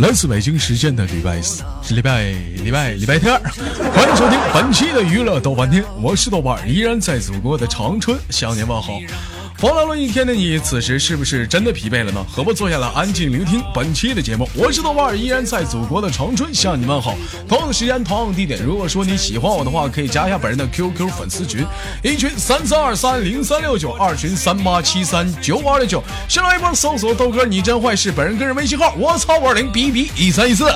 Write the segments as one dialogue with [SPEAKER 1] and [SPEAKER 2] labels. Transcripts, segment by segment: [SPEAKER 1] 来自北京时间的礼拜四，是礼拜礼拜礼拜天儿，欢迎收听本期的娱乐豆瓣天，我是豆瓣儿，依然在祖国的长春向您问好。疲劳了一天的你，此时是不是真的疲惫了呢？何不坐下来安静聆听本期的节目？我是豆瓣儿，依然在祖国的长春向你问好。同样的时间，同样的地点，如果说你喜欢我的话，可以加一下本人的 QQ 粉丝群，一群三三二三零三六九，二群三八七三九五二六九。新浪微博搜索豆哥你真坏事，本人个人微信号我操五二零 B B 一三一四。
[SPEAKER 2] 在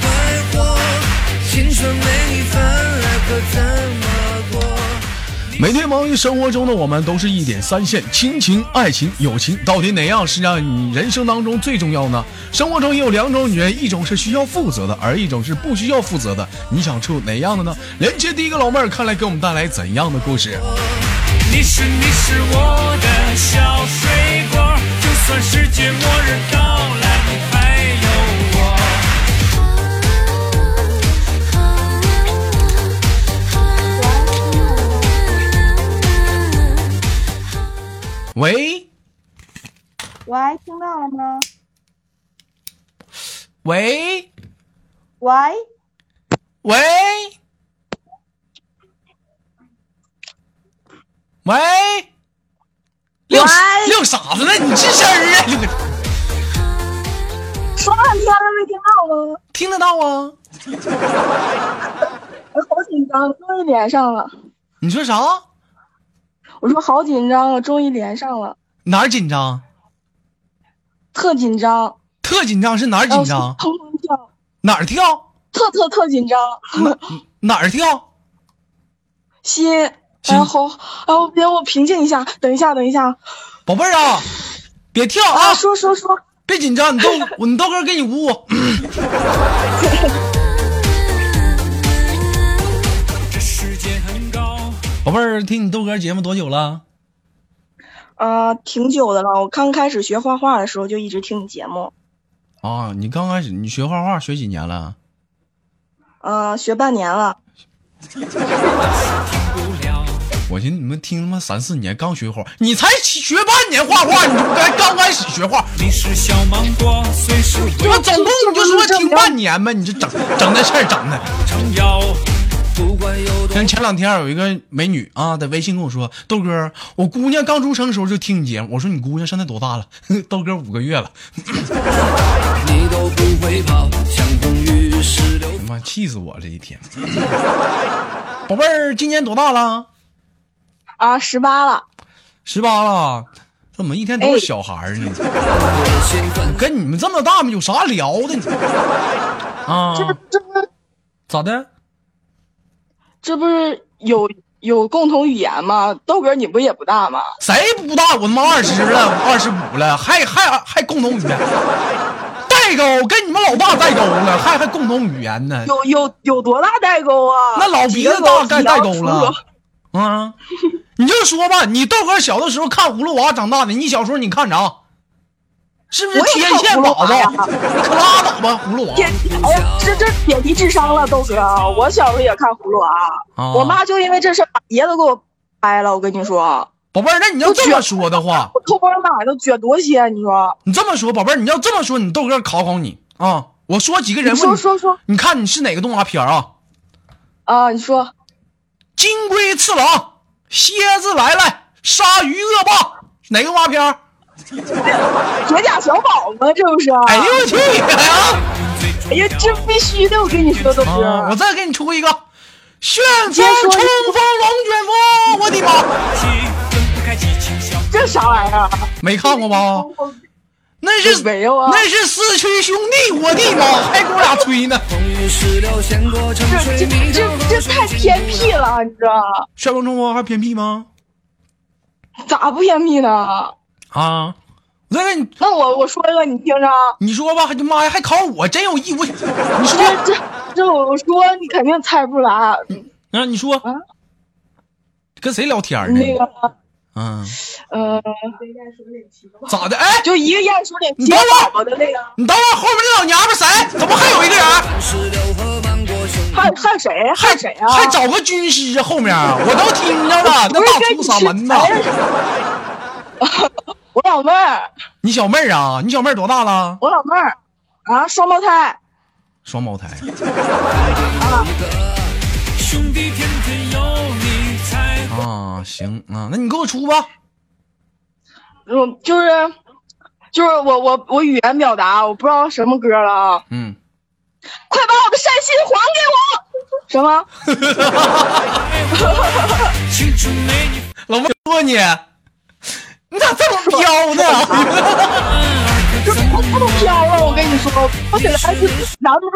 [SPEAKER 2] 快活，青春没你翻来可怎么过？
[SPEAKER 1] 每天忙于生活中的我们，都是一点三线：亲情、爱情、友情。到底哪样是让你人生当中最重要呢？生活中也有两种女人，一种是需要负责的，而一种是不需要负责的。你想处哪样的呢？连接第一个老妹儿，看来给我们带来怎样的故事？
[SPEAKER 3] 你是你是我的小水果，就算世界末日到来，你还有我。
[SPEAKER 1] 喂
[SPEAKER 4] 喂，听到了吗？
[SPEAKER 1] 喂
[SPEAKER 4] 喂，
[SPEAKER 1] 喂喂，
[SPEAKER 4] 喂
[SPEAKER 1] 撂撂傻子了，你吱声儿啊！撂
[SPEAKER 4] 说半天了没听到吗？
[SPEAKER 1] 听得到啊？
[SPEAKER 4] 我哎好紧张，终于连上了。
[SPEAKER 1] 你说啥？
[SPEAKER 4] 我说好紧张啊，终于连上了，
[SPEAKER 1] 哪儿紧张？
[SPEAKER 4] 特紧张，哎
[SPEAKER 1] 特紧张是哪儿紧张？
[SPEAKER 4] 砰砰跳，
[SPEAKER 1] 哪儿跳？
[SPEAKER 4] 特特特紧张，
[SPEAKER 1] 哪儿跳？
[SPEAKER 4] 心，
[SPEAKER 1] 心
[SPEAKER 4] 然后，然后别我平静一下，等一下，等一下
[SPEAKER 1] 宝贝儿啊，别跳啊
[SPEAKER 4] 啊，！说说说，
[SPEAKER 1] 别紧张，你豆我你豆哥给你捂捂。
[SPEAKER 3] 这世界很高，
[SPEAKER 1] 宝贝儿，听你豆哥节目多久了？
[SPEAKER 4] 呃，挺久的了，我刚开始学画画的时候就一直听你节目，
[SPEAKER 1] 啊，你刚开始你学画画学几年了？
[SPEAKER 4] 呃，学半年了，
[SPEAKER 3] 不了。
[SPEAKER 1] 我寻思你们听他妈三四年，刚学画，你才学半年画画，你就该刚开始学画，
[SPEAKER 3] 你是小芒果，随时
[SPEAKER 1] 你妈总共你就说听半年呗，你这整整那事儿整的。
[SPEAKER 3] 成妖。不管有多
[SPEAKER 1] 像前两天有一个美女啊，在微信跟我说：“豆哥，我姑娘刚出生的时候就听你节目。”我说：“你姑娘现在多大了？” 豆哥五个月了，
[SPEAKER 3] 你都不会跑，像风雨石榴。
[SPEAKER 1] 妈气死我了！这一天，宝贝儿今年多大了？
[SPEAKER 4] 啊，十八了，
[SPEAKER 1] 十八了，怎么一天
[SPEAKER 4] 哎
[SPEAKER 1] 都是小孩儿呢？跟你们这么大吗？有啥聊的你？啊，
[SPEAKER 4] 这不这不
[SPEAKER 1] 咋的？
[SPEAKER 4] 这不是有有共同语言吗？豆哥，你不也不大吗？
[SPEAKER 1] 谁不大？我他妈二十了，二十五了，还还还共同语言，代沟跟你们老大代沟了，还还共同语言呢？
[SPEAKER 4] 有有有多大代沟啊？
[SPEAKER 1] 那老鼻
[SPEAKER 4] 几
[SPEAKER 1] 子
[SPEAKER 4] 个
[SPEAKER 1] 大
[SPEAKER 4] 狗
[SPEAKER 1] 该
[SPEAKER 4] 几
[SPEAKER 1] 代
[SPEAKER 4] 条
[SPEAKER 1] 沟
[SPEAKER 4] 猪
[SPEAKER 1] 了， 啊！你就说吧，你豆哥小的时候看葫芦娃长大的，你小时候你看啥？是不是
[SPEAKER 4] 我也
[SPEAKER 1] 天
[SPEAKER 4] 看
[SPEAKER 1] 线
[SPEAKER 4] 葫芦
[SPEAKER 1] 宝子？
[SPEAKER 4] 娃呀
[SPEAKER 1] 你可拉倒吧，葫芦娃！
[SPEAKER 4] 铁，哎呀，这这铁皮智商了，豆哥。我小时候也看葫芦娃、
[SPEAKER 1] 啊
[SPEAKER 4] 我妈就因为这事儿把爷都给我掰了。我跟你说，
[SPEAKER 1] 宝贝儿，那你要这么说的话，
[SPEAKER 4] 我偷摸买的卷多些，你说？
[SPEAKER 1] 你这么说，宝贝儿，你要这么说，你豆哥考考你啊！我说几个人
[SPEAKER 4] 你
[SPEAKER 1] 物，
[SPEAKER 4] 说说说
[SPEAKER 1] 你看你是哪个动画片儿啊？
[SPEAKER 4] 啊，你说
[SPEAKER 1] 金龟次郎、蝎子来来、鲨鱼恶霸，哪个动画片
[SPEAKER 4] 啊
[SPEAKER 1] 儿？
[SPEAKER 4] 铁甲小宝吗？这不是？
[SPEAKER 1] 哎呦我去呀！
[SPEAKER 4] 哎呀，这必须的，我跟你说，豆哥。
[SPEAKER 1] 啊，我再给你出一个，旋风
[SPEAKER 4] 先
[SPEAKER 1] 冲
[SPEAKER 4] 说
[SPEAKER 1] 锋龙卷风，我的妈，
[SPEAKER 3] 分不开激情小
[SPEAKER 4] 这啥玩意儿？
[SPEAKER 1] 没看过吧？那是
[SPEAKER 4] 没有啊
[SPEAKER 1] 那是四驱兄弟，我的妈，还给我俩吹呢。
[SPEAKER 3] 风雨石榴雫过城
[SPEAKER 4] 这
[SPEAKER 3] 水
[SPEAKER 4] 这
[SPEAKER 3] 泥
[SPEAKER 4] 这这太偏僻了，你知道吗？
[SPEAKER 1] 旋风冲锋还偏僻吗？
[SPEAKER 4] 咋不偏僻呢？
[SPEAKER 1] 啊，我再给你
[SPEAKER 4] 那我我说一个，你听着啊。
[SPEAKER 1] 你说吧，你妈呀，还考我，真有意我，你 说，
[SPEAKER 4] 这这这，我说你肯定猜不出来。
[SPEAKER 1] 啊，你说
[SPEAKER 4] 啊，
[SPEAKER 1] 跟谁聊天呢
[SPEAKER 4] 那？个，
[SPEAKER 1] 嗯，
[SPEAKER 4] 呃，
[SPEAKER 1] 咋的？哎，
[SPEAKER 4] 就一个鼹鼠领
[SPEAKER 1] 你
[SPEAKER 4] 七
[SPEAKER 1] 等
[SPEAKER 4] 个
[SPEAKER 1] 会儿
[SPEAKER 4] 宝宝的那个，
[SPEAKER 1] 你等会儿，后面那老娘们谁？怎么还有一个人？
[SPEAKER 3] 石榴和芒果兄弟。
[SPEAKER 4] 害害谁？害
[SPEAKER 1] 还
[SPEAKER 4] 谁啊？
[SPEAKER 1] 还找个军师啊？后面我都听着了，那
[SPEAKER 4] 不是
[SPEAKER 1] 大
[SPEAKER 4] 跟
[SPEAKER 1] 粗
[SPEAKER 4] 你
[SPEAKER 1] 嗓门呐！
[SPEAKER 4] 是我老妹儿，
[SPEAKER 1] 你小妹儿啊，你小妹儿多大了？
[SPEAKER 4] 我老妹儿啊，双胞胎，
[SPEAKER 1] 双胞胎。
[SPEAKER 3] 兄弟天天有你才
[SPEAKER 1] 啊，行啊，那你给我出吧。
[SPEAKER 4] 我嗯就是就是我我我语言表达我不知道什么歌了啊，
[SPEAKER 1] 嗯，
[SPEAKER 4] 快把我的善心还给我！什么？
[SPEAKER 3] 青春没你
[SPEAKER 1] 老妹说你， 你咋这么飘 呢？
[SPEAKER 4] 这我他都飘了，我跟你说，我起来是拦不住。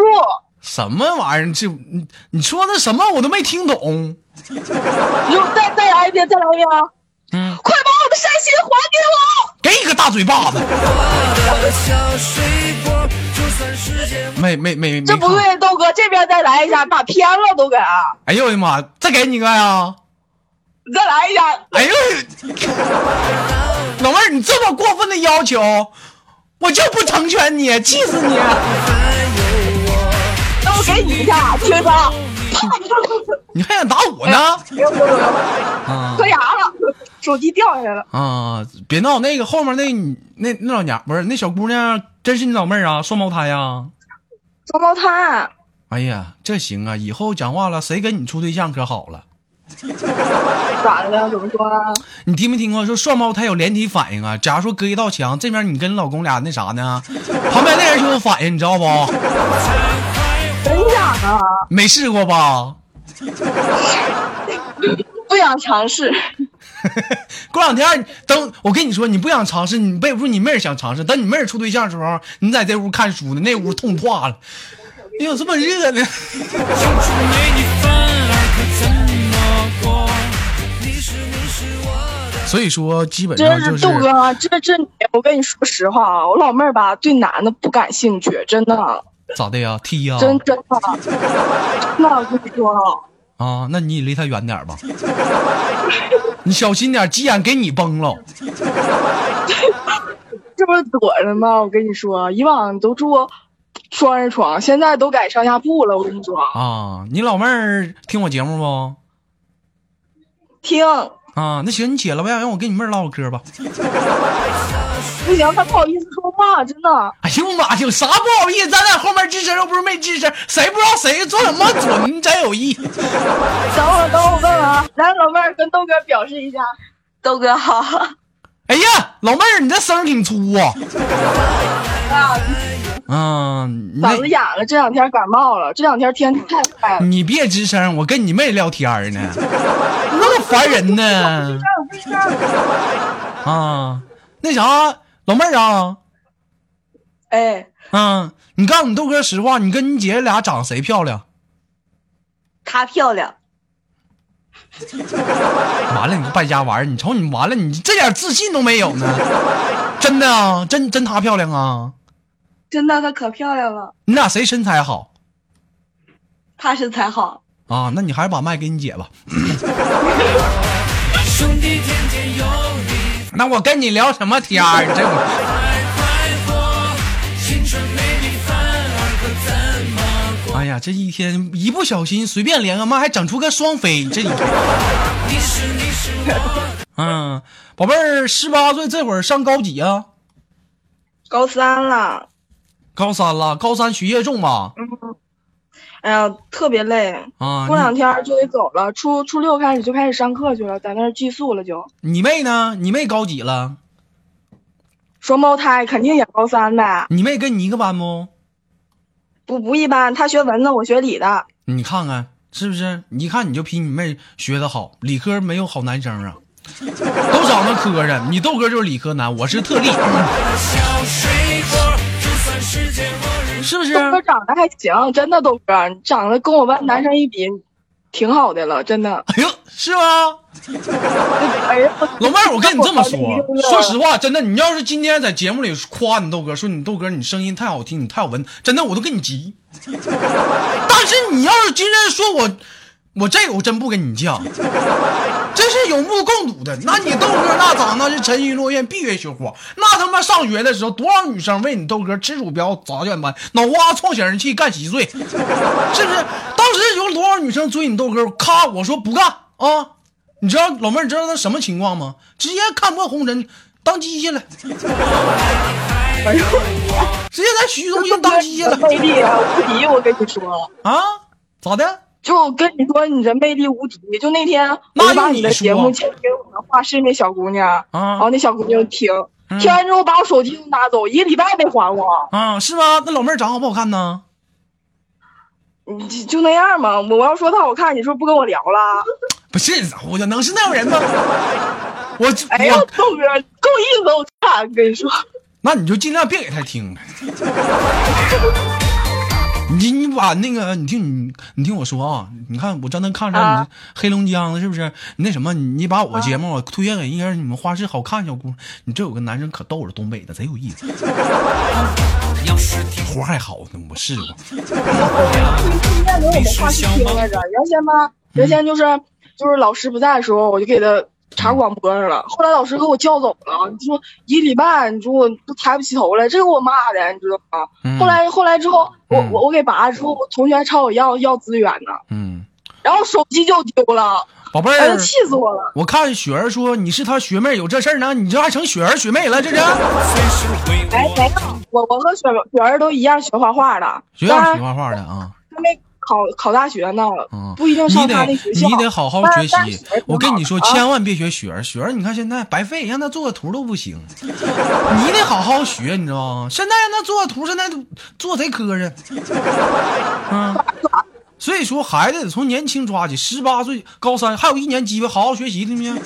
[SPEAKER 1] 什么玩意儿？这你你说的什么我都没听懂。
[SPEAKER 4] 你就再再来一遍，再来一遍啊！
[SPEAKER 1] 嗯，
[SPEAKER 4] 快把我的善心还给我！
[SPEAKER 1] 给你个大嘴巴子！
[SPEAKER 2] 的小水果，就算世界
[SPEAKER 1] 没没没没
[SPEAKER 4] 这
[SPEAKER 1] 看。
[SPEAKER 4] 不对，豆哥这边再来一下，把偏了都给啊！
[SPEAKER 1] 哎呦我的妈！再给你一个呀！
[SPEAKER 4] 你再来一下，
[SPEAKER 1] 哎呦， 老妹儿，你这么过分的要求，我就不成全你，气死你！
[SPEAKER 4] 那我给你一下，听着啊，啪！
[SPEAKER 1] 你还想打我
[SPEAKER 4] 哎
[SPEAKER 1] 呢？啊
[SPEAKER 4] 磕牙了，手机掉下来了。
[SPEAKER 1] 啊！别闹，那个后面那女那那老娘不是那小姑娘，真是你老妹儿啊，双胞胎呀、
[SPEAKER 4] 双胞胎，啊
[SPEAKER 1] 哎呀，这行啊，以后讲话了，谁跟你处对象可好了？
[SPEAKER 4] 咋的了？怎么说啊？
[SPEAKER 1] 你听没听过说双胞胎有连体反应啊？假如说隔一道墙，这边你跟你老公俩那啥呢，旁边那人就有反应，你知道不？
[SPEAKER 4] 真假的啊？
[SPEAKER 1] 没试过吧？
[SPEAKER 4] 不想尝试，
[SPEAKER 1] 过两天等我跟你说，你不想尝试，你备不住你妹儿想尝试。等你妹儿处对象的时候，你在这屋看书呢，那屋痛化了。哎呦，这么热呢！
[SPEAKER 3] 青春没你反而可怎么过？
[SPEAKER 2] 你是你是我的
[SPEAKER 1] 所以说，基本
[SPEAKER 4] 真
[SPEAKER 1] 上
[SPEAKER 4] 是
[SPEAKER 1] 就
[SPEAKER 4] 豆哥
[SPEAKER 1] 是
[SPEAKER 4] 啊，这这你，我跟你说实话啊，我老妹儿吧对男的不感兴趣，真的，
[SPEAKER 1] 咋的呀？踢呀？
[SPEAKER 4] 真真的，真的，我跟你说啊。
[SPEAKER 1] 啊，那你也离他远点儿吧。你小心点儿，急眼给你崩了。
[SPEAKER 4] 这不是躲着吗？我跟你说，以往都住双人床，现在都改上下铺了。我跟你说，
[SPEAKER 1] 啊，你老妹儿听我节目不？
[SPEAKER 4] 听
[SPEAKER 1] 啊，那行，你起来呗，让我跟你妹儿唠会嗑吧。
[SPEAKER 4] 不行，他不好意思说话，真的。
[SPEAKER 1] 哎呦妈呀，有啥不好意思？咱俩后面吱声又不是没吱声，谁不知道谁做什么准？真有意。
[SPEAKER 4] 等会儿，等会儿，我问问啊，来，老妹儿跟豆哥表示一下，啊豆哥 好
[SPEAKER 1] 哎呀，老妹儿，你这声儿挺粗啊。
[SPEAKER 4] 啊，
[SPEAKER 1] 嗯，你
[SPEAKER 4] 嗓子
[SPEAKER 1] 那
[SPEAKER 4] 哑了，这两天感冒了，这两天天太晒了。
[SPEAKER 1] 你别吱声，我跟你妹聊天儿呢，那么烦人呢。啊，那啥，老妹儿啊，
[SPEAKER 4] 哎，
[SPEAKER 1] 嗯，你告诉你豆哥实话，你跟你姐俩长谁漂亮？
[SPEAKER 4] 她漂亮，
[SPEAKER 1] 完了，你个败家玩意儿！你瞅你完了，你这点自信都没有 呢，真的啊，真真她漂亮啊！
[SPEAKER 4] 真的，她可漂亮了，
[SPEAKER 1] 你俩谁身材好
[SPEAKER 4] 她身材好。
[SPEAKER 1] 啊？那你还是把麦给你姐吧。
[SPEAKER 3] 兄弟天天有你
[SPEAKER 1] 那我跟你聊什么天儿？这我
[SPEAKER 3] 才快活，青春没你反而可怎么过？
[SPEAKER 1] 哎呀，这一天一不小心随便连个麦，还整出个双飞，这一天。
[SPEAKER 3] 你是你是我的，
[SPEAKER 1] 嗯，宝贝儿，十八岁这会儿上高几啊？
[SPEAKER 4] 高三了，
[SPEAKER 1] 高三了，高三学业重吧？
[SPEAKER 4] 哎呀，特别累，
[SPEAKER 1] 啊，
[SPEAKER 4] 过两天就得走了。初初六开始就开始上课去了，在那儿寄宿了就。
[SPEAKER 1] 你你妹呢？你妹高几了？
[SPEAKER 4] 双胞胎肯定也高三呗，
[SPEAKER 1] 你妹跟你一个班不？
[SPEAKER 4] 不不一般。他学文的，我学理的。
[SPEAKER 1] 你看看是不是？你一看你就比你妹学的好，理科没有好男生啊，都长得磕碜。你豆哥就是理科男，我是特例，
[SPEAKER 3] 小水果，就算世界末日。
[SPEAKER 1] 是不是？啊哎
[SPEAKER 4] 豆哥长得还行，真的豆哥，你长得跟我班男生一比，挺好的了，真的。
[SPEAKER 1] 哎呦，是吗？
[SPEAKER 4] 哎 呀，
[SPEAKER 1] 老妹儿，我跟你这么说，说实
[SPEAKER 4] 话，
[SPEAKER 1] 话，真的，你要是今天在节目里夸你豆哥，说你豆哥你声音太好听，你太有文，真的我都跟你急。但是你要是今天说我，我这个我真不跟你犟，这是有目共睹的。那你豆哥那长那是沉鱼落雁、闭月羞花，那他妈上学的时候，多少女生为你豆哥吃鼠标、砸键盘、脑瓜撞显示器干稀碎，是不是？当时有多少女生追你豆哥，咔，我说不干啊。你知道老妹儿，你知道那什么情况吗？直接看破红尘，当机去了，
[SPEAKER 4] 反正
[SPEAKER 1] 直接在徐中
[SPEAKER 4] 就
[SPEAKER 1] 心当机去了
[SPEAKER 4] 魅力啊，无敌！我跟你说，
[SPEAKER 1] 啊？咋的？
[SPEAKER 4] 就我跟你说，你这魅力无敌。就那天，我就把你的节目介绍给我们画室那小姑娘，然后
[SPEAKER 1] 啊嗯
[SPEAKER 4] 那小姑娘听，听完之后把我手机都拿走，一个礼拜没还我。
[SPEAKER 1] 啊，是吗？那老妹儿长得好不好看呢？
[SPEAKER 4] 你就就那样嘛，我要说她好看，你是不是不跟我聊了？
[SPEAKER 1] 不是，我就能是那种 人吗？我就
[SPEAKER 4] 哎呀，
[SPEAKER 1] 我，
[SPEAKER 4] 豆哥够意思，我看跟你说，
[SPEAKER 1] 那你就尽量别给他听。 你你把那个，你听你你听我说啊，你看我刚才看着你、
[SPEAKER 4] 啊
[SPEAKER 1] 黑龙江的，是不是？你那什么，你你把我节目、啊、推荐给一个你们花市好看小姑娘，你这有个男生可逗了，东北的贼有意思，
[SPEAKER 3] 要是听
[SPEAKER 1] 活儿还好呢，我试过。
[SPEAKER 4] 今天给我们话室听来着。原先吧，原先就是就是老师不在的时候，我就给他查广播上了。后来老师给我叫走了，你说一礼拜，你说我都抬不起头来，这给我骂的，你知道吗？
[SPEAKER 1] 嗯
[SPEAKER 4] 后来后来之后，我
[SPEAKER 1] 嗯
[SPEAKER 4] 我我给拔了之后，我同学还朝我要要资源呢，
[SPEAKER 1] 嗯，
[SPEAKER 4] 然后手机就丢了，
[SPEAKER 1] 宝贝
[SPEAKER 4] 哎呀，
[SPEAKER 1] 儿，
[SPEAKER 4] 气死我了！
[SPEAKER 1] 我看雪儿说你是她学妹，有这事儿呢？你这还成雪儿学妹了？这这
[SPEAKER 3] 随时为
[SPEAKER 4] 哎，
[SPEAKER 3] 我
[SPEAKER 4] 没有，我我和雪雪儿都一样学画画的，
[SPEAKER 1] 学
[SPEAKER 4] 当
[SPEAKER 1] 校
[SPEAKER 4] 然
[SPEAKER 1] 学画画的啊？
[SPEAKER 4] 还没考考大学呢，
[SPEAKER 1] 嗯
[SPEAKER 4] 不一定
[SPEAKER 1] 你
[SPEAKER 4] 上他那
[SPEAKER 1] 得
[SPEAKER 4] 学校。
[SPEAKER 1] 你得好好
[SPEAKER 4] 但
[SPEAKER 1] 学
[SPEAKER 4] 是但是
[SPEAKER 1] 习
[SPEAKER 4] 学挺好。
[SPEAKER 1] 我跟你说，
[SPEAKER 4] 的啊
[SPEAKER 1] 千万别学雪儿。雪儿，你看现在白费，让她做个图都不行。你得好好学，你知道吗？现在让她做个图，现在都做贼磕碜。嗯，所以说孩子得从年轻抓起，十八岁高三还有一年机会，好好学习，听没听？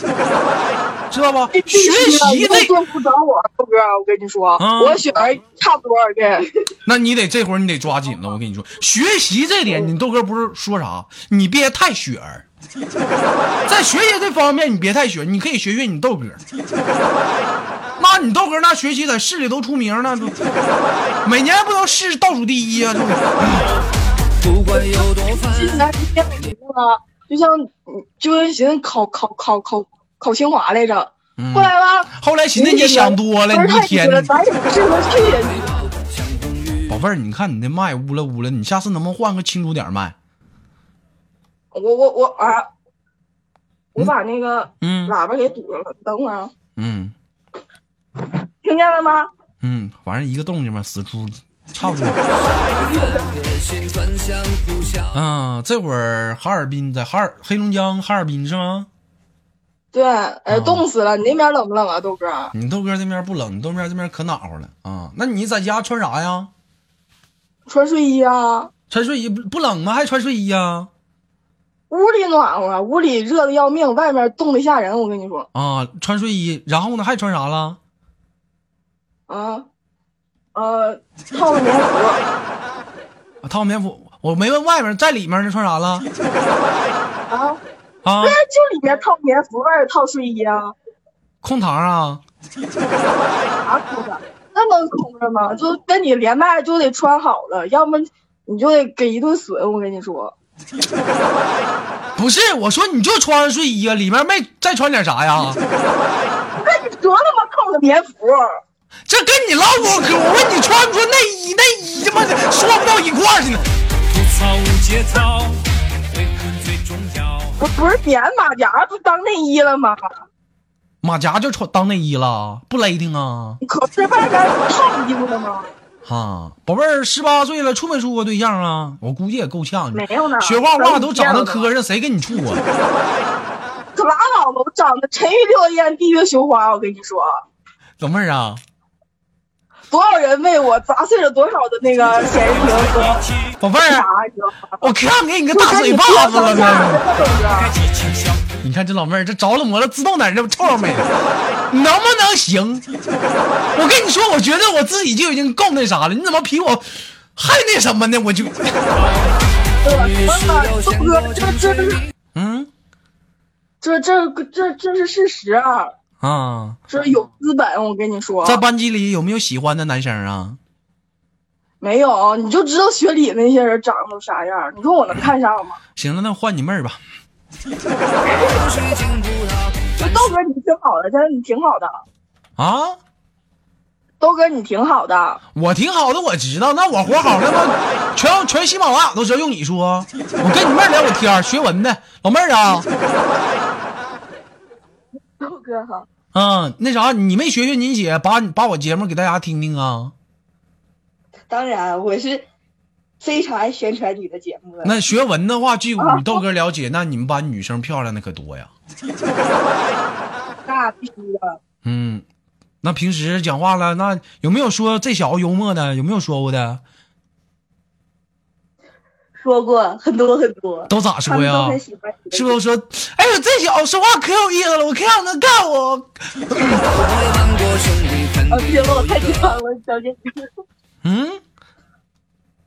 [SPEAKER 1] 知道吧？
[SPEAKER 4] 必须
[SPEAKER 1] 学
[SPEAKER 4] 的
[SPEAKER 1] 习
[SPEAKER 4] 以后
[SPEAKER 1] 这
[SPEAKER 4] 做不着我，豆哥，我跟你说，
[SPEAKER 1] 啊
[SPEAKER 4] 我雪儿差不多对，
[SPEAKER 1] 那你得这会儿你得抓紧了，我跟你说，学习这点你豆哥不是说啥，你别太雪儿，在学习这方面你别太雪儿，你可以学学你豆哥。那你豆哥那学习在市里都出名了，都每年不都市倒数第一啊？这不
[SPEAKER 5] 不管有多烦，
[SPEAKER 4] 之前之前我节目啊，就像嗯就跟寻思考考考考考清华来着，后来吧，
[SPEAKER 1] 后来嗯寻思你想多了，
[SPEAKER 4] 不是
[SPEAKER 1] 你一
[SPEAKER 4] 太绝
[SPEAKER 1] 天
[SPEAKER 4] 了，咱也不适合去，
[SPEAKER 1] 宝贝儿，你看你那麦乌了乌了，你下次能不能换个清楚点儿麦？
[SPEAKER 4] 我我我啊，我把那个
[SPEAKER 1] 嗯
[SPEAKER 4] 喇叭给堵上了，等会儿啊，
[SPEAKER 1] 嗯
[SPEAKER 4] 听见了吗？
[SPEAKER 1] 嗯，反正一个动静嘛，死猪，差不多。
[SPEAKER 5] 心转向故乡。
[SPEAKER 1] 啊，这会儿哈尔滨在哈尔黑龙江哈尔滨是吗？
[SPEAKER 4] 对，
[SPEAKER 1] 嗯
[SPEAKER 4] 哎，冻死了，你那边冷不冷啊，豆哥？
[SPEAKER 1] 你豆哥这边不冷，你豆哥这边可暖和了啊。那你在家穿啥呀？
[SPEAKER 4] 穿睡衣啊，
[SPEAKER 1] 穿睡衣不不冷吗？还穿睡衣呀？
[SPEAKER 4] 屋里暖和，屋里热的要命，外面冻的吓人，我跟你说
[SPEAKER 1] 啊，穿睡衣，然后呢还穿啥了？
[SPEAKER 4] 啊，呃，套个棉服
[SPEAKER 1] 啊套棉服，我没问外面，在里面呢穿啥了？
[SPEAKER 4] 啊，
[SPEAKER 1] 啊
[SPEAKER 4] 对，，就里面套棉服，外面套睡衣啊，
[SPEAKER 1] 空堂啊，
[SPEAKER 4] 啥空着？那能空着吗？就跟你连麦就得穿好了，要么你就得给一顿损，我跟你说，
[SPEAKER 1] 不是，我说你就穿睡衣啊，里面没再穿点啥呀？
[SPEAKER 4] 我跟你说了吗？扣个棉服，
[SPEAKER 1] 这跟你唠不嗑，我问你穿不穿内衣，内衣他妈的说不到一块儿去呢。
[SPEAKER 3] 吐槽无节操，悔恨最重要。
[SPEAKER 4] 我不是棉马甲不当内衣了吗？
[SPEAKER 1] 马甲就穿当内衣了，不勒挺啊？
[SPEAKER 4] 可是外面套衣服了吗？
[SPEAKER 1] 啊，宝贝儿，十八岁了，处没处过对象啊？我估计也够呛。
[SPEAKER 4] 没有呢
[SPEAKER 1] 学画画都长得
[SPEAKER 4] 没
[SPEAKER 1] 磕碜，谁跟你处啊？
[SPEAKER 4] 可拉倒吧，我长得沉鱼落雁，闭月羞花，我跟你说。
[SPEAKER 1] 老妹儿啊，
[SPEAKER 4] 多少人为我砸碎了多少的那个显示屏和
[SPEAKER 1] 宝贝
[SPEAKER 4] 啥
[SPEAKER 1] 儿，，啊
[SPEAKER 4] 你知道吗？
[SPEAKER 1] 我看给你个大嘴巴子了呢。
[SPEAKER 4] 呢！
[SPEAKER 3] 一起笑，
[SPEAKER 1] 你看这老妹儿，这着了魔了，自动在这臭老妹子，能不能行？ 我跟你说，我觉得我自己就已经够那啥了，你怎么比我还那什么呢？我就，
[SPEAKER 4] 真的，哥，这这
[SPEAKER 1] 嗯
[SPEAKER 4] 这这这这是事实啊！
[SPEAKER 1] 啊，
[SPEAKER 4] 这有资本，我跟你说，
[SPEAKER 1] 在班级里有没有喜欢的男生啊？
[SPEAKER 4] 没有你就知道学理那些人长得都啥样。你说我能看上吗？
[SPEAKER 1] 行了，那换你妹儿吧。
[SPEAKER 4] 就豆哥你挺好的，真的你挺好的，
[SPEAKER 1] 啊，
[SPEAKER 4] 豆哥你挺好的。
[SPEAKER 1] 我挺好的，我知道。那我活好了吗？全全喜马拉雅都知道用你说。我跟你妹儿聊会天儿，学文的老妹儿啊
[SPEAKER 4] 豆哥哈，
[SPEAKER 1] 嗯，那啥，你没学学您姐，把你把我节目给大家听听啊？
[SPEAKER 6] 当然，我是非常爱宣传你的节目的。
[SPEAKER 1] 那学文的话，据你豆哥了解，那你们班女生漂亮的可多呀。
[SPEAKER 6] 那必须的，
[SPEAKER 1] 嗯，那平时讲话了，那有没有说这小子幽默的？有没有说过的？
[SPEAKER 6] 说过很多很多。
[SPEAKER 1] 都咋说
[SPEAKER 6] 他们
[SPEAKER 1] 呀
[SPEAKER 6] 都很喜欢你的
[SPEAKER 1] 是不是说，哎呦，这小子说话可有意思了，我可想让他干我。
[SPEAKER 6] 啊，不行了，我太紧张了，小姐。
[SPEAKER 1] 嗯，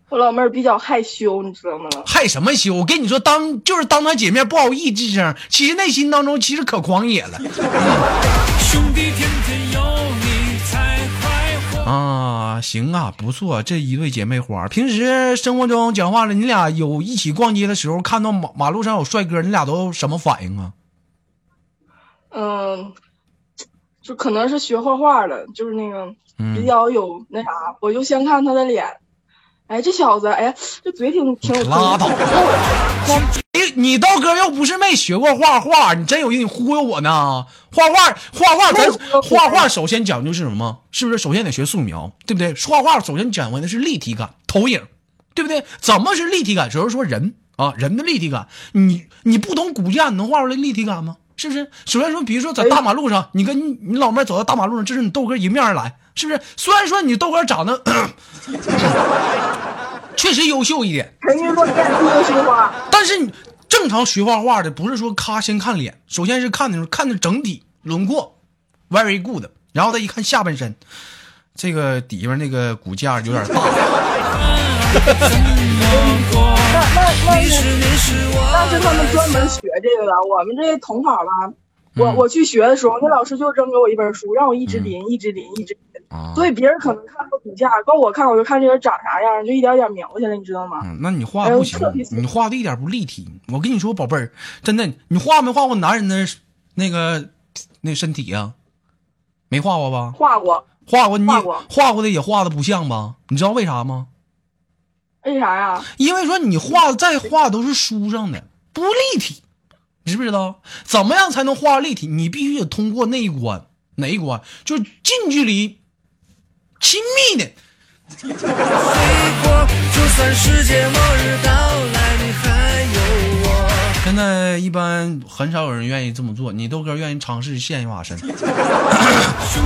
[SPEAKER 4] 我老妹儿比较害羞，你知道吗？
[SPEAKER 1] 害什么羞？我跟你说，当就是当他姐面不好意思吱声，其实内心当中其实可狂野了
[SPEAKER 3] 兄弟天天有你才快活。
[SPEAKER 1] 啊！行啊，不错，这一对姐妹花。平时生活中讲话了，你俩有一起逛街的时候，看到马马路上有帅哥，你俩都什么反应啊？
[SPEAKER 4] 嗯，就可能是学画画的，就是那个
[SPEAKER 1] 嗯
[SPEAKER 4] 比较有那啥，我就先看他的脸。哎，这小子，哎，这嘴挺挺有特
[SPEAKER 1] 拉倒
[SPEAKER 4] 点的。
[SPEAKER 1] 你哎你豆哥又不是没学过画画，你真有意思，你忽悠我呢？画画画画，咱画画首先讲究是什么？是不是首先得学素描，对不对？画画首先讲究的是立体感、投影，对不对？怎么是立体感？只是说人啊，人的立体感。你你不懂骨架，你能画出来立体感吗？是不是？首先说，比如说在大马路上，你跟你你老妹儿走到大马路上，这是你豆哥迎面而来，是不是？虽然说你豆哥长得 确实优秀一点，
[SPEAKER 4] 沉鱼落雁，自由心花。
[SPEAKER 1] 但是你正常学画画的，不是说咔先看脸，首先是看的时候看的整体轮廓，very good，然后再一看下半身，这个底下那个骨架有点大。
[SPEAKER 4] 那那那
[SPEAKER 7] 你是
[SPEAKER 4] 是
[SPEAKER 7] 你是我
[SPEAKER 4] 那是他们专门学这个的，我们这些同好吧。
[SPEAKER 1] 嗯
[SPEAKER 4] 我我去学的时候，那老师就扔给我一本书，让我一直临，一直临，一直临。
[SPEAKER 1] 啊
[SPEAKER 4] 所以别人可能看到骨架，光我看我就看这人长啥样，就一点点描下来，你知道吗？
[SPEAKER 1] 嗯，那你画不行
[SPEAKER 4] 哎呦特别，喜欢
[SPEAKER 1] 你画的一点不立体。我跟你说，宝贝儿，真的，你画没画过男人的那个那身体呀、啊没画过吧？
[SPEAKER 4] 画过，
[SPEAKER 1] 画过你
[SPEAKER 4] 画过
[SPEAKER 1] 画过的也画的不像吧？你知道为啥吗？
[SPEAKER 4] 为啥呀？
[SPEAKER 1] 因为说你画再画都是书上的，不立体，你知不知道？怎么样才能画立体？你必须得通过那一关，哪一关？就是近距离、亲密的。
[SPEAKER 7] 飞过，就算世界末日到来，你还有我。
[SPEAKER 1] 现在一般很少有人愿意这么做，你豆哥愿意尝试现化身。
[SPEAKER 3] 兄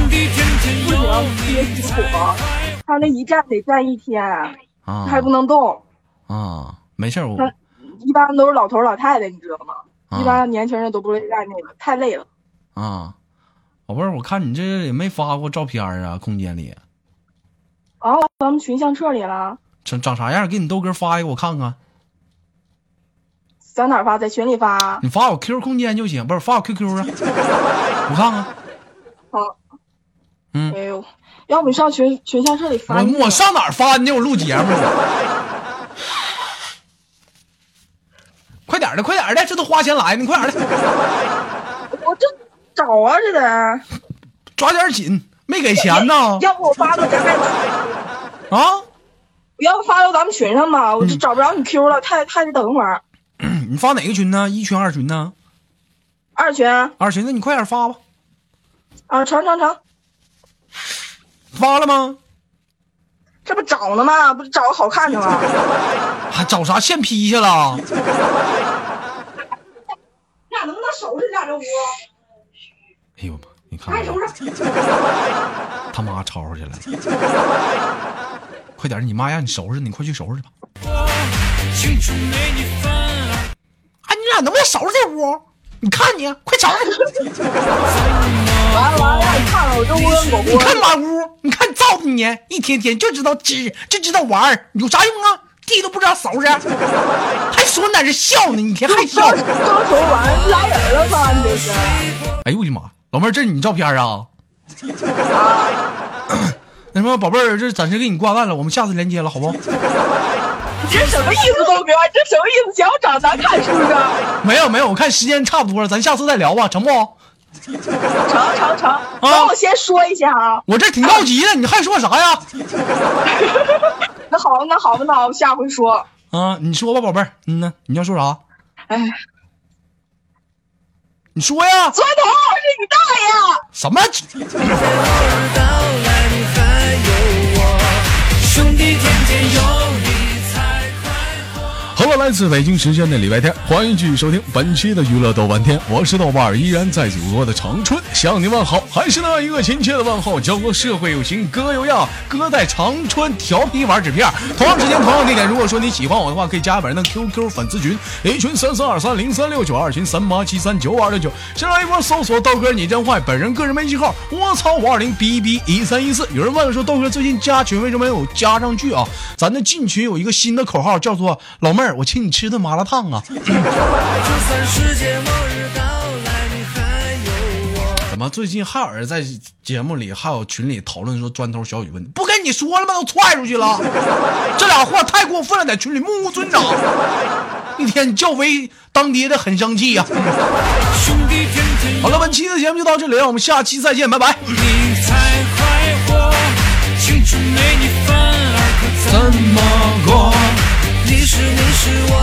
[SPEAKER 3] 弟天天
[SPEAKER 4] 不
[SPEAKER 3] 有
[SPEAKER 4] 行，特别
[SPEAKER 3] 你
[SPEAKER 4] 辛
[SPEAKER 3] 才
[SPEAKER 4] 苦啊，他那一站得站一天，
[SPEAKER 1] 啊
[SPEAKER 4] 还不能动。
[SPEAKER 1] 啊，没事儿，我
[SPEAKER 4] 他一般都是老头老太太，你知道吗？
[SPEAKER 1] 啊
[SPEAKER 4] 一般年轻人都不乐意干那个，太累了。
[SPEAKER 1] 啊，宝贝儿，我看你这也没发过照片儿啊，空间里
[SPEAKER 4] 啊，咱们群相册里了，
[SPEAKER 1] 长长啥样？给你豆哥发一个我看看，
[SPEAKER 4] 在哪儿发？在群里发。
[SPEAKER 1] 你发我 QQ 空间就行，不是发我 QQ 啊， 我看看。
[SPEAKER 4] 好。
[SPEAKER 1] 嗯
[SPEAKER 4] 哎呦，要不你上群群相册里发啊一个？
[SPEAKER 1] 我我上哪儿发你？我录节目呢快点儿的，快点儿的，这都花钱来的，你快点儿的，
[SPEAKER 4] 我这找啊，这得。
[SPEAKER 1] 抓点儿紧，没给钱呢
[SPEAKER 4] 要不我发到咱们，
[SPEAKER 1] 啊！
[SPEAKER 4] 不要发到咱们群上
[SPEAKER 1] 嗯
[SPEAKER 4] 吧，我就找不着你 Q 了，太太得等会儿。
[SPEAKER 1] 你发哪个群呢？一群、二群呢？
[SPEAKER 4] 二群啊，
[SPEAKER 1] 二群，那你快点儿发吧。
[SPEAKER 4] 成成成，
[SPEAKER 1] 发了吗？
[SPEAKER 4] 这不找呢吗？不是找个好看的吗？
[SPEAKER 1] 还找啥现 P 去了？
[SPEAKER 4] 你俩能不能收拾一下这屋？
[SPEAKER 1] 哎呦妈！你看看
[SPEAKER 4] 拾。
[SPEAKER 1] 他妈吵吵去了，快点儿！你妈让你收拾，你快去收拾吧。
[SPEAKER 3] 青春没你份儿，
[SPEAKER 1] 哎，你俩能不能收拾这屋？你看你，快收拾！
[SPEAKER 4] 完了完了，让你看了，我这窝跟狗
[SPEAKER 1] 你看
[SPEAKER 4] 窝。
[SPEAKER 1] 满屋，你看造的你，一天天就知道吃，就知道玩儿，有啥用啊？地都不知道收拾，还说那是笑呢，你天还笑
[SPEAKER 4] 刚！刚瞅完拉人了吧？你这是？
[SPEAKER 1] 哎呦我的妈，老妹儿，这是你照片啊？ 那什么，宝贝儿，这暂时给你挂断了，我们下次连接了，好不好？
[SPEAKER 4] 你这什么意思，豆哥？你这什么意思？想我长难看是不是？
[SPEAKER 1] 没有没有，我看时间差不多了，咱下次再聊吧，成不？
[SPEAKER 4] 成成成，等我先说一下啊。
[SPEAKER 1] 我这挺着急的，你还说啥呀？
[SPEAKER 4] 那好，那好吧，那好，下回说。
[SPEAKER 1] 啊，你说吧，宝贝儿，嗯呢，你要说啥？
[SPEAKER 4] 哎，
[SPEAKER 8] 你说呀，
[SPEAKER 4] 砖头是你大爷！啊
[SPEAKER 8] 什么？
[SPEAKER 3] 到来你还有我，兄弟天天有你才快活。
[SPEAKER 1] 好了，来自北京时间的礼拜天，欢迎继续收听本期的娱乐豆瓣天，我是豆瓣儿，依然在祖国的长春向您问好，还是那一个亲切的问候，叫做社会有型哥有样，哥在长春调皮玩纸片儿。同样时间，同样地点，如果说你喜欢我的话，可以加本人的 QQ 粉丝群，一群三三二三零三六九，二群三八七三九二六九，新浪微博搜索豆哥你真坏，本人个人微信号我操五二零 b b 一三一四。有人问说豆哥最近加群为什么没有加上去啊？咱这进群有一个新的口号叫做老妹儿，我请你吃顿麻辣烫啊！
[SPEAKER 3] 就算世界末日到来，你还有我。
[SPEAKER 8] 怎么最近还有人在节目里还有群里讨论说砖头小雨问题？不跟你说了吗？都踹出去 了，这俩货太过分了，在群里目无尊长。一天你叫为当爹的很生气啊呀、
[SPEAKER 3] 兄弟天天
[SPEAKER 8] 好
[SPEAKER 3] 有
[SPEAKER 8] 了，本期的节目就到这里了，我们下期再见，拜拜。
[SPEAKER 3] 你才快活，青春没你反而可怎么过？你是你是我